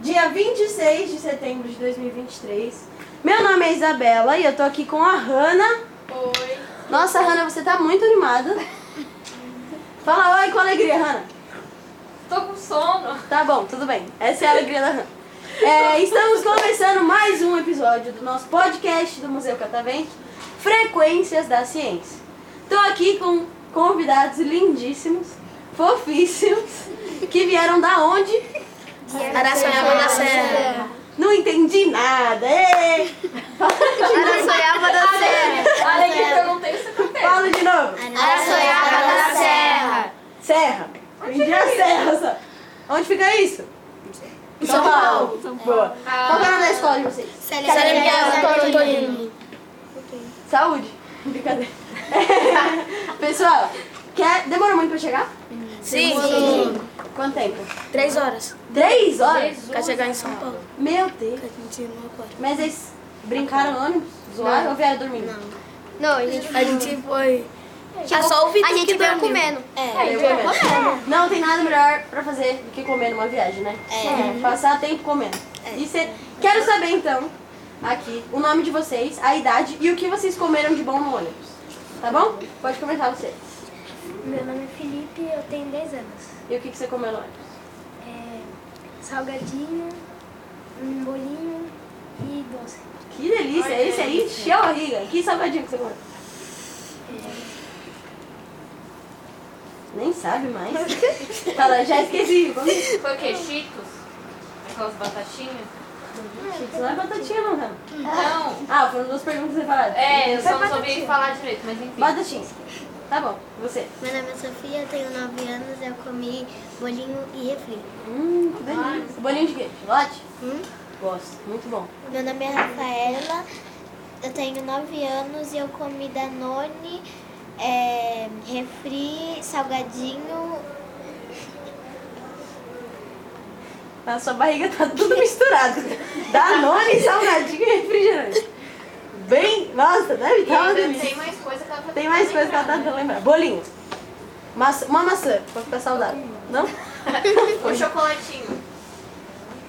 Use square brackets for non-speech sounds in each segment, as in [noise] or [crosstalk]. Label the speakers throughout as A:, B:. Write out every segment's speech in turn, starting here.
A: Dia 26 de setembro de 2023. Meu nome é Isabela e eu tô aqui com a Hanna.
B: Oi.
A: Nossa, Hanna, você tá muito animada. Fala oi com alegria, Hanna.
B: Tô
A: [laughs]
B: com sono.
A: Tá bom, tudo bem. Essa é a alegria da Hanna. É, estamos começando mais um episódio do nosso podcast do Museu Catavento, Frequências da Ciência. Tô aqui com convidados lindíssimos, fofíssimos, que vieram da onde?
C: Araçoiaba da Serra.
A: Não entendi nada. Ei!
C: Araçoiaba da Serra.
B: Além que eu não tenho esse contexto.
A: Fala de novo.
C: Araçoiaba da Serra.
A: Serra. Entendi a Serra. só. Onde fica isso? Em São Paulo. Boa. Qual que é o nome da escola de vocês?
C: Célia Miguel Antônio.
A: Saúde. Brincadeira. [laughs] Pessoal, quer... demorou muito pra chegar?
C: Sim.
A: Quanto tempo?
C: Três horas.
A: Três horas?
C: Pra chegar em São Paulo.
A: Meu Deus.
C: A gente não acorda.
A: Mas eles brincaram no ônibus? Zoaram ou vieram dormindo?
C: Não, a gente foi. A gente foi. Chegou, só o Vitor a gente que dormiu. comendo. É.
A: Eu comendo. Não tem nada melhor pra fazer do que comer numa viagem, né? É. Passar tempo comendo. E cê- Quero saber então, aqui, o nome de vocês, a idade e o que vocês comeram de bom no ônibus. Tá bom? Pode comentar vocês.
D: Meu nome é Felipe, eu tenho 10 anos.
A: E o que, que você comeu no ônibus?
D: É, salgadinho, um bolinho e doce.
A: Que delícia! Esse aí encheu a barriga. Que salgadinho que você comeu? Nem sabe
B: [laughs]
A: mais. tá lá, já esqueci. Como-
B: Foi o que? Cheetos? Aquelas batatinhas?
A: Isso não é batatinha não, cara.
B: Não.
A: Ah, foram duas perguntas separadas.
B: É, eu
A: Foi
B: só não soube falar direito, mas enfim.
A: Batatinha. Tá bom, você.
E: Meu nome é Sofia, eu tenho 9 anos, eu comi bolinho e refri.
A: Hum, que delícia. Bolinho de quê? Chocolate?
E: Hum?
A: Gosto, muito bom.
E: Meu nome é Rafaela, eu tenho 9 anos e eu comi Danone, é, refri, salgadinho.
A: A sua barriga tá tudo misturado. Danone, salgadinho e refrigerante. Bem, nossa, deve
B: E
A: estar uma
B: ainda
A: delícia.
B: tem mais coisa que ela tá
A: Tem mais
B: tentando
A: coisa que ela tá
B: lembrar,
A: tentando lembrar. Bolinho. Maçã, uma maçã, pra ficar saudável. Não?
B: né? O chocolatinho.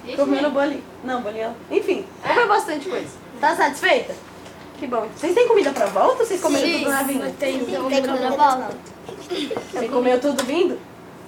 B: E
A: Comendo bolinho. Não, bolinho. Enfim,
B: é?
A: comeu [laughs] bastante coisa. Tá satisfeita? Que bom. Vocês têm comida pra volta ou vocês comeram tudo na vinda?
C: um
E: Tem volta?
A: Você comeu tudo vindo?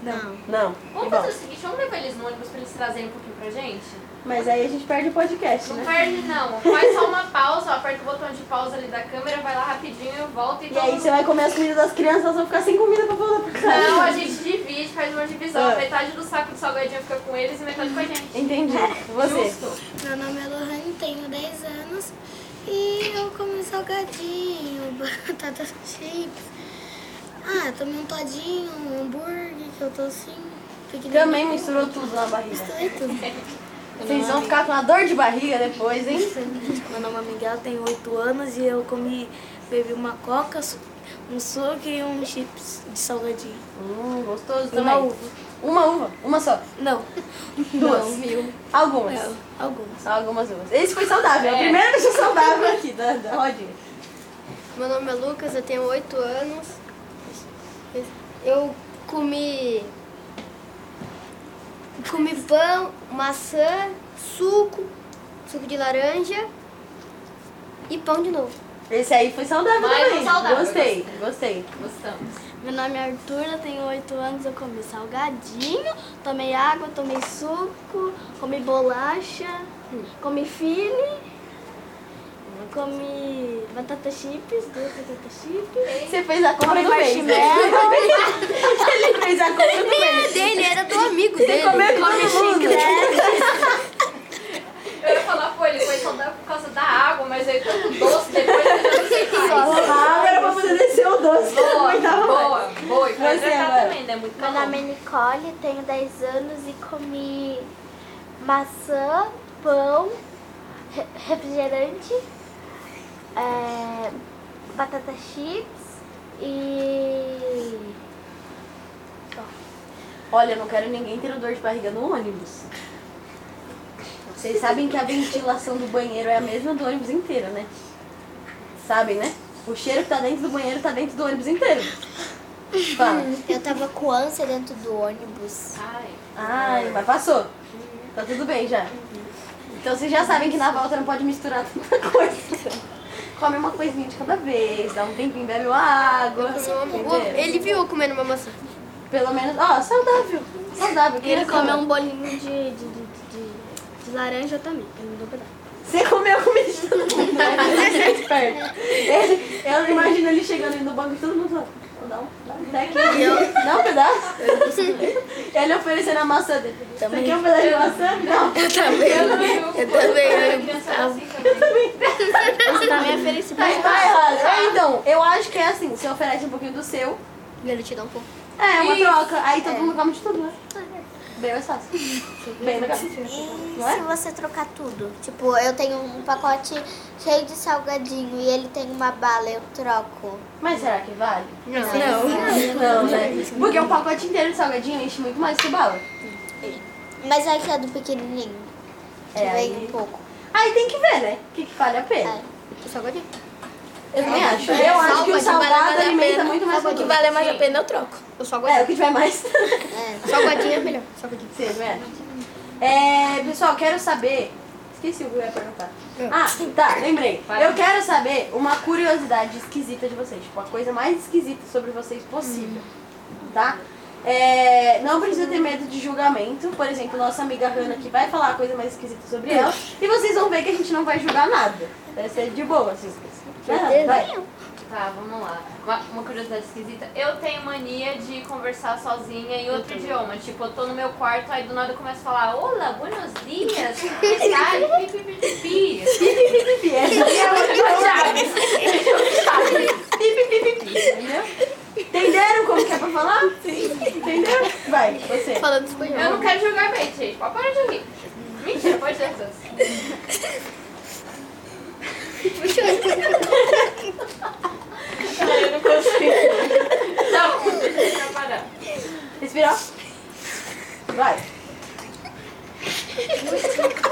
E: Não.
A: Não. Que
B: Vamos
A: bom.
B: fazer o seguinte, vamos levar eles no ônibus pra eles trazerem um pouquinho pra gente?
A: Mas aí a gente perde o podcast,
B: Não
A: né?
B: perde não. Faz só uma pausa, ó, aperta o botão de pausa ali da câmera, vai lá rapidinho, volta e
A: E
B: todo
A: aí
B: mundo-
A: você vai comer as comidas das crianças, elas vão ficar sem comida pra voltar pra casa.
B: Não, a gente divide, faz uma divisão.
A: Ah.
B: Metade do saco de salgadinho fica com eles e metade com a gente.
A: Entendi. Você.
B: Justo.
E: Meu nome é Lohane, tenho 10 anos e eu comi salgadinho, [laughs] batata chips. Ah, tomei um todinho, um hambúrguer que eu tô assim. pequenininho.
A: Também misturou tudo na barriga.
E: Misturei tudo.
C: [laughs]
A: Vocês vão ficar com uma dor de barriga depois, hein?
C: Meu nome é Miguel, tenho oito anos e eu comi, bebi uma coca, su- um suco e um chips de salgadinho.
A: Hum, gostoso também.
C: Uma uva.
A: Uma uva? Uma só?
C: Não.
A: Duas?
C: Não, mil.
A: Algumas.
C: É, algumas.
A: Algumas uvas. Esse foi saudável. A
B: É.
A: primeira pessoa saudável aqui da, da rodinha.
C: Meu nome é Lucas, eu tenho 8 anos. Eu comi. Comi pão, maçã, suco, suco de laranja e pão de novo.
A: Esse aí foi saudável
B: Mais um
A: também.
B: saudável,
A: Gostei, gostei.
B: Gostamos.
C: Meu nome é Arthur, eu tenho 8 anos, eu comi salgadinho, tomei água, tomei suco, comi bolacha, comi file, comi batata chips, duas batata chips.
A: Você fez a compra
C: Come
A: do mês. [laughs] Ele fez a compra do mês.
C: Dele, era do amigo
A: Você comeu com todo mundo.
B: Eu ia falar, pô, ele foi saudável por causa da água, mas aí tanto doce depois que eu já não sei mais.
A: Ah, era pra poder descer o doce.
B: Boa,
A: Não aguentava mais.
B: boa, boa. E pra
A: Você,
B: hidratar
A: Ana?
B: também, né? Muito
D: Meu
B: calor.
D: nome é Nicole, tenho 10 anos e comi maçã, pão, re- refrigerante, é, batata chips e...
A: Olha, eu não quero ninguém ter dor de barriga no ônibus. Vocês sabem que a ventilação do banheiro é a mesma do ônibus inteiro, né? Sabem, né? O cheiro que tá dentro do banheiro tá dentro do ônibus inteiro. Fala.
D: Eu tava com ânsia dentro do ônibus.
B: Ai.
A: Ai, mas passou. Tá tudo bem já. Então vocês já sabem que na volta não pode misturar tanta coisa. Come uma coisinha de cada vez, dá um tempinho, bebe uma água. entendeu?
F: Ele viu comendo uma maçã.
A: Pelo menos, ó, saudável. Saudável.
C: Ele
A: criança.
C: comeu um bolinho de, de, de, de- de laranja também, que ele não deu pedaço.
A: Você comeu comida de todo [laughs] mundo, né? Ele é esperto. Ele- eu não imagino ele chegando ali no banco e todo mundo falando, dá um, dá um daqui. Dá um pedaço. Ele oferecendo a maçã dele. Você quer um pedaço de maçã? Não.
F: Eu também. Eu também. né?
B: A criança era assim também.
C: Isso também é felicidade.
A: Aí vai, olha. Aí, tá Então, eu acho que é assim, você oferece um pouquinho do seu.
F: E ele te dá um pouco.
A: É, uma troca. Aí todo mundo come de tudo, né? Bem mais fácil. Bem legal.
D: E
A: Não é?
D: se você trocar tudo? Tipo, eu tenho um pacote cheio de salgadinho e ele tem uma bala, eu troco.
A: Mas será que vale?
F: Não. Não.
A: Não, né? Porque um pacote inteiro de salgadinho enche muito mais que bala.
D: Mas aí que é do pequenininho. Que
A: É,
D: vem
A: aí-
D: um pouco. É,
A: Aí tem que ver, né? O que, que vale a pena.
F: Só gordinho.
A: Eu também acho. Eu acho que o
F: Salva de
A: salgado
F: vale a
A: alimenta
F: pena.
A: muito mais
F: Salva de
A: que o
F: valer mais a pena, eu troco. Eu só
A: doce. É, o
F: gordinho.
A: que tiver mais.
F: Só gordinho é melhor. Só gordinho.
A: [laughs] Sim, né? É, pessoal, quero saber. Esqueci o que eu ia perguntar. Ah, tá, lembrei. Eu quero saber uma curiosidade esquisita de vocês. Tipo, a coisa mais esquisita sobre vocês possível.
F: Hum.
A: Tá? É, não precisa ter medo de julgamento. Por exemplo, nossa amiga Hannah aqui vai falar a coisa mais esquisita sobre ela. E vocês vão ver que a gente não vai julgar nada. Vai ser de boa, assim. Né, Hannah? Vai. [laughs]
B: Tá, vamos lá. Uma, uma curiosidade esquisita. Eu tenho mania de conversar sozinha em outro idioma. Tipo, eu tô no meu quarto, aí do nada eu começo a falar Olá, buenos dias, que tal?" Pi, pi, pi, pi, pi.
A: Pipipipi, essa aí é a curiosidade. Pipipipipi, entendeu? Entenderam como que é pra falar? Sim. Entenderam? Vai, você.
F: Falando espanhol.
B: Eu não quero jogar bait, gente. Pode parar de rir. Mentira, pode ser essas. Ai, eu não consigo. Não, deixa eu parar.
A: Respirar. Vai.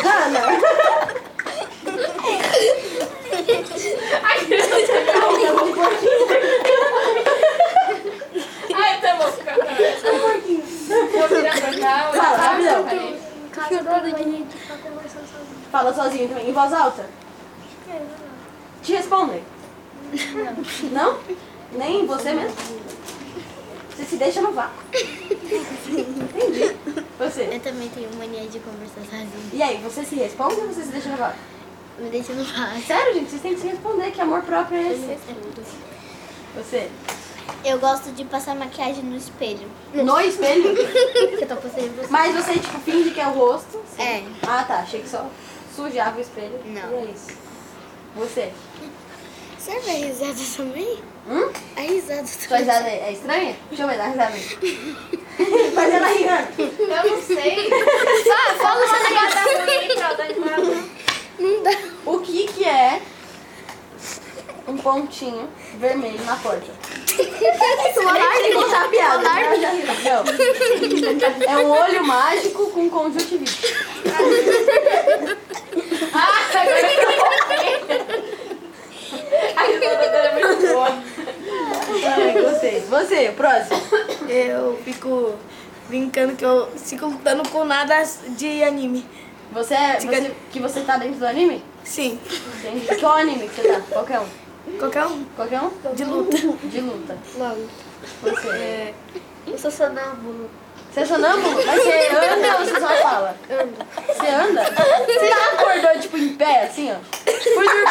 A: Ana.
B: Ai, eu não
A: Calma, um pouquinho.
B: sei. Ai, tá bom. fica- Vou virar pra cá, olhar
A: Fala,
B: pra cá,
A: rapidão.
B: peraí.
C: Casa tá toda de
A: Fala sozinho também, em voz alta. Te respondem. Não? Nem você mesmo? Você se deixa no vácuo. Entendi. Você.
E: Eu também tenho mania de conversar sozinha.
A: E aí, você se responde ou você se deixa no vácuo?
E: Me deixa no paz.
A: Sério, gente, vocês têm que se responder, que amor próprio é esse? Você.
D: Eu gosto de passar maquiagem no espelho.
A: No espelho?
E: Você tá postando você?
A: Mas você, tipo, finge que é o rosto.
E: É.
A: Ah, tá. Achei que só sujava o espelho.
E: Não.
A: E é isso. Você.
E: Você vai risada também?
A: Hum?
E: A risada também.
A: Sua risada é é estranha? Deixa eu ver, dá risada aí. Mas ela né? rindo.
B: Eu não sei. Ah, fala um negócio da
A: O que que é um pontinho vermelho na porta?
D: [laughs]
C: Um
A: Nem de contar a piada. ela já riu. Não. É um olho mágico com conjuntivite.
B: Ah, agora que eu voltei. A risada dela é muito boa.
A: Ai, gostei. Você, o próximo.
F: Eu fico brincando que eu se computando com nada de anime.
A: Você é.
F: Diga-
A: você- que você tá dentro do anime?
F: Sim.
A: Entendi. Qual anime que você tá? Qualquer um.
F: Qualquer um.
A: Qualquer um?
F: De luta.
A: De luta.
C: Logo.
A: Você.
C: Eu
F: [laughs]
C: sou sonámbulo.
A: Você é sonâmbulo? Mas você anda ou você só fala? Você anda? Você já acordou, tipo, em pé, assim, ó? Fui dormir,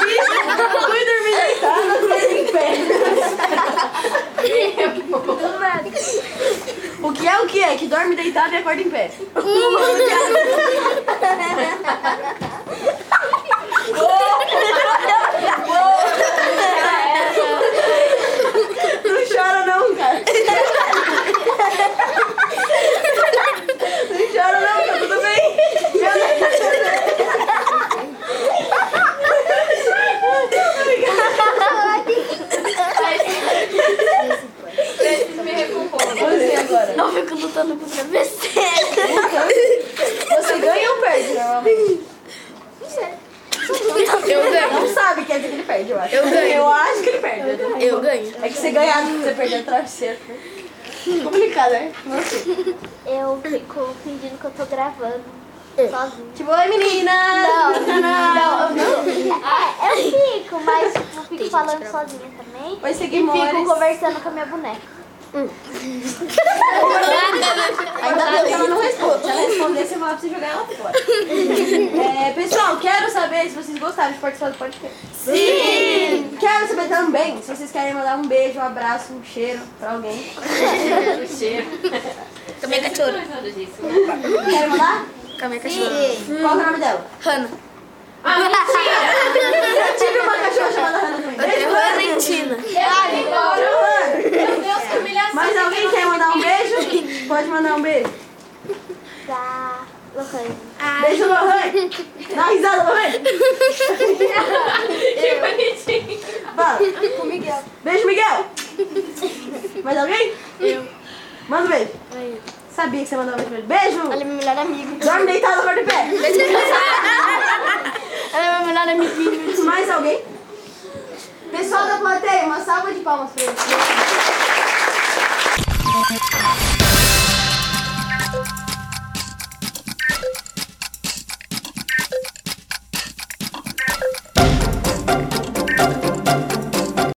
A: fui dormir deitada, fui em pé. O que é o que é? Que dorme deitado e acorda em pé. Não chora não, cara. Não chora não, tá tudo bem? Meu Deus.
B: Preciso me recompor.
A: Você é, agora.
C: Eu fico lutando com o travesseiro.
A: Você ganha ou perde normalmente? é acho.
F: Eu ganho.
A: Eu acho que ele perde. Eu ganho.
F: Eu ganho.
A: É que você ganhar, você perder o travesseiro. Complicado, né? Você.
D: Eu fico fingindo que eu tô gravando. Sozinho.
A: Tipo, oi meninas!
D: Não,
A: não,
D: É, eu fico, mas tipo, eu fico falando sozinha também.
A: Oi,
D: E fico
A: seguimores.
D: conversando com a minha boneca.
A: Ainda bem que ela não responde. Se ela responder, você vai pra você jogar ela fora. É, pessoal, quero saber se vocês gostaram de participar do podcast. Sim! Quero saber também se vocês querem mandar um beijo, um abraço, um cheiro pra alguém.
B: O cheiro.
F: Também cachorro.
B: Coisa disso.
A: Querem mandar?
F: Também cachorro.
A: Qual que é o nome dela?
F: Hanna.
B: Ah, mentira!
A: Eu tive uma cachorra chamada Hannah também. Beijo, Hannah.
F: Valentina.
B: Eu vim embora.
A: Hannah.
B: Meu Deus, que humilhação.
A: Mais alguém quer mandar um beijo? Pode mandar um beijo.
D: Da Lohane.
A: Beijo, Lohane. Dá risada, Lohane.
B: Que bonitinho.
A: Fala. Com Miguel. Beijo, Miguel. Mais alguém? Eu. Manda um beijo. Sabia que você mandava um beijo. pra ele. Beijo.
C: Ela é minha melhor amiga.
A: Dorme deitado, acorda de pé.
C: Ela é minha melhor amiguinha.
A: Mais alguém? Pessoal da plateia, uma salva de palmas pra eles.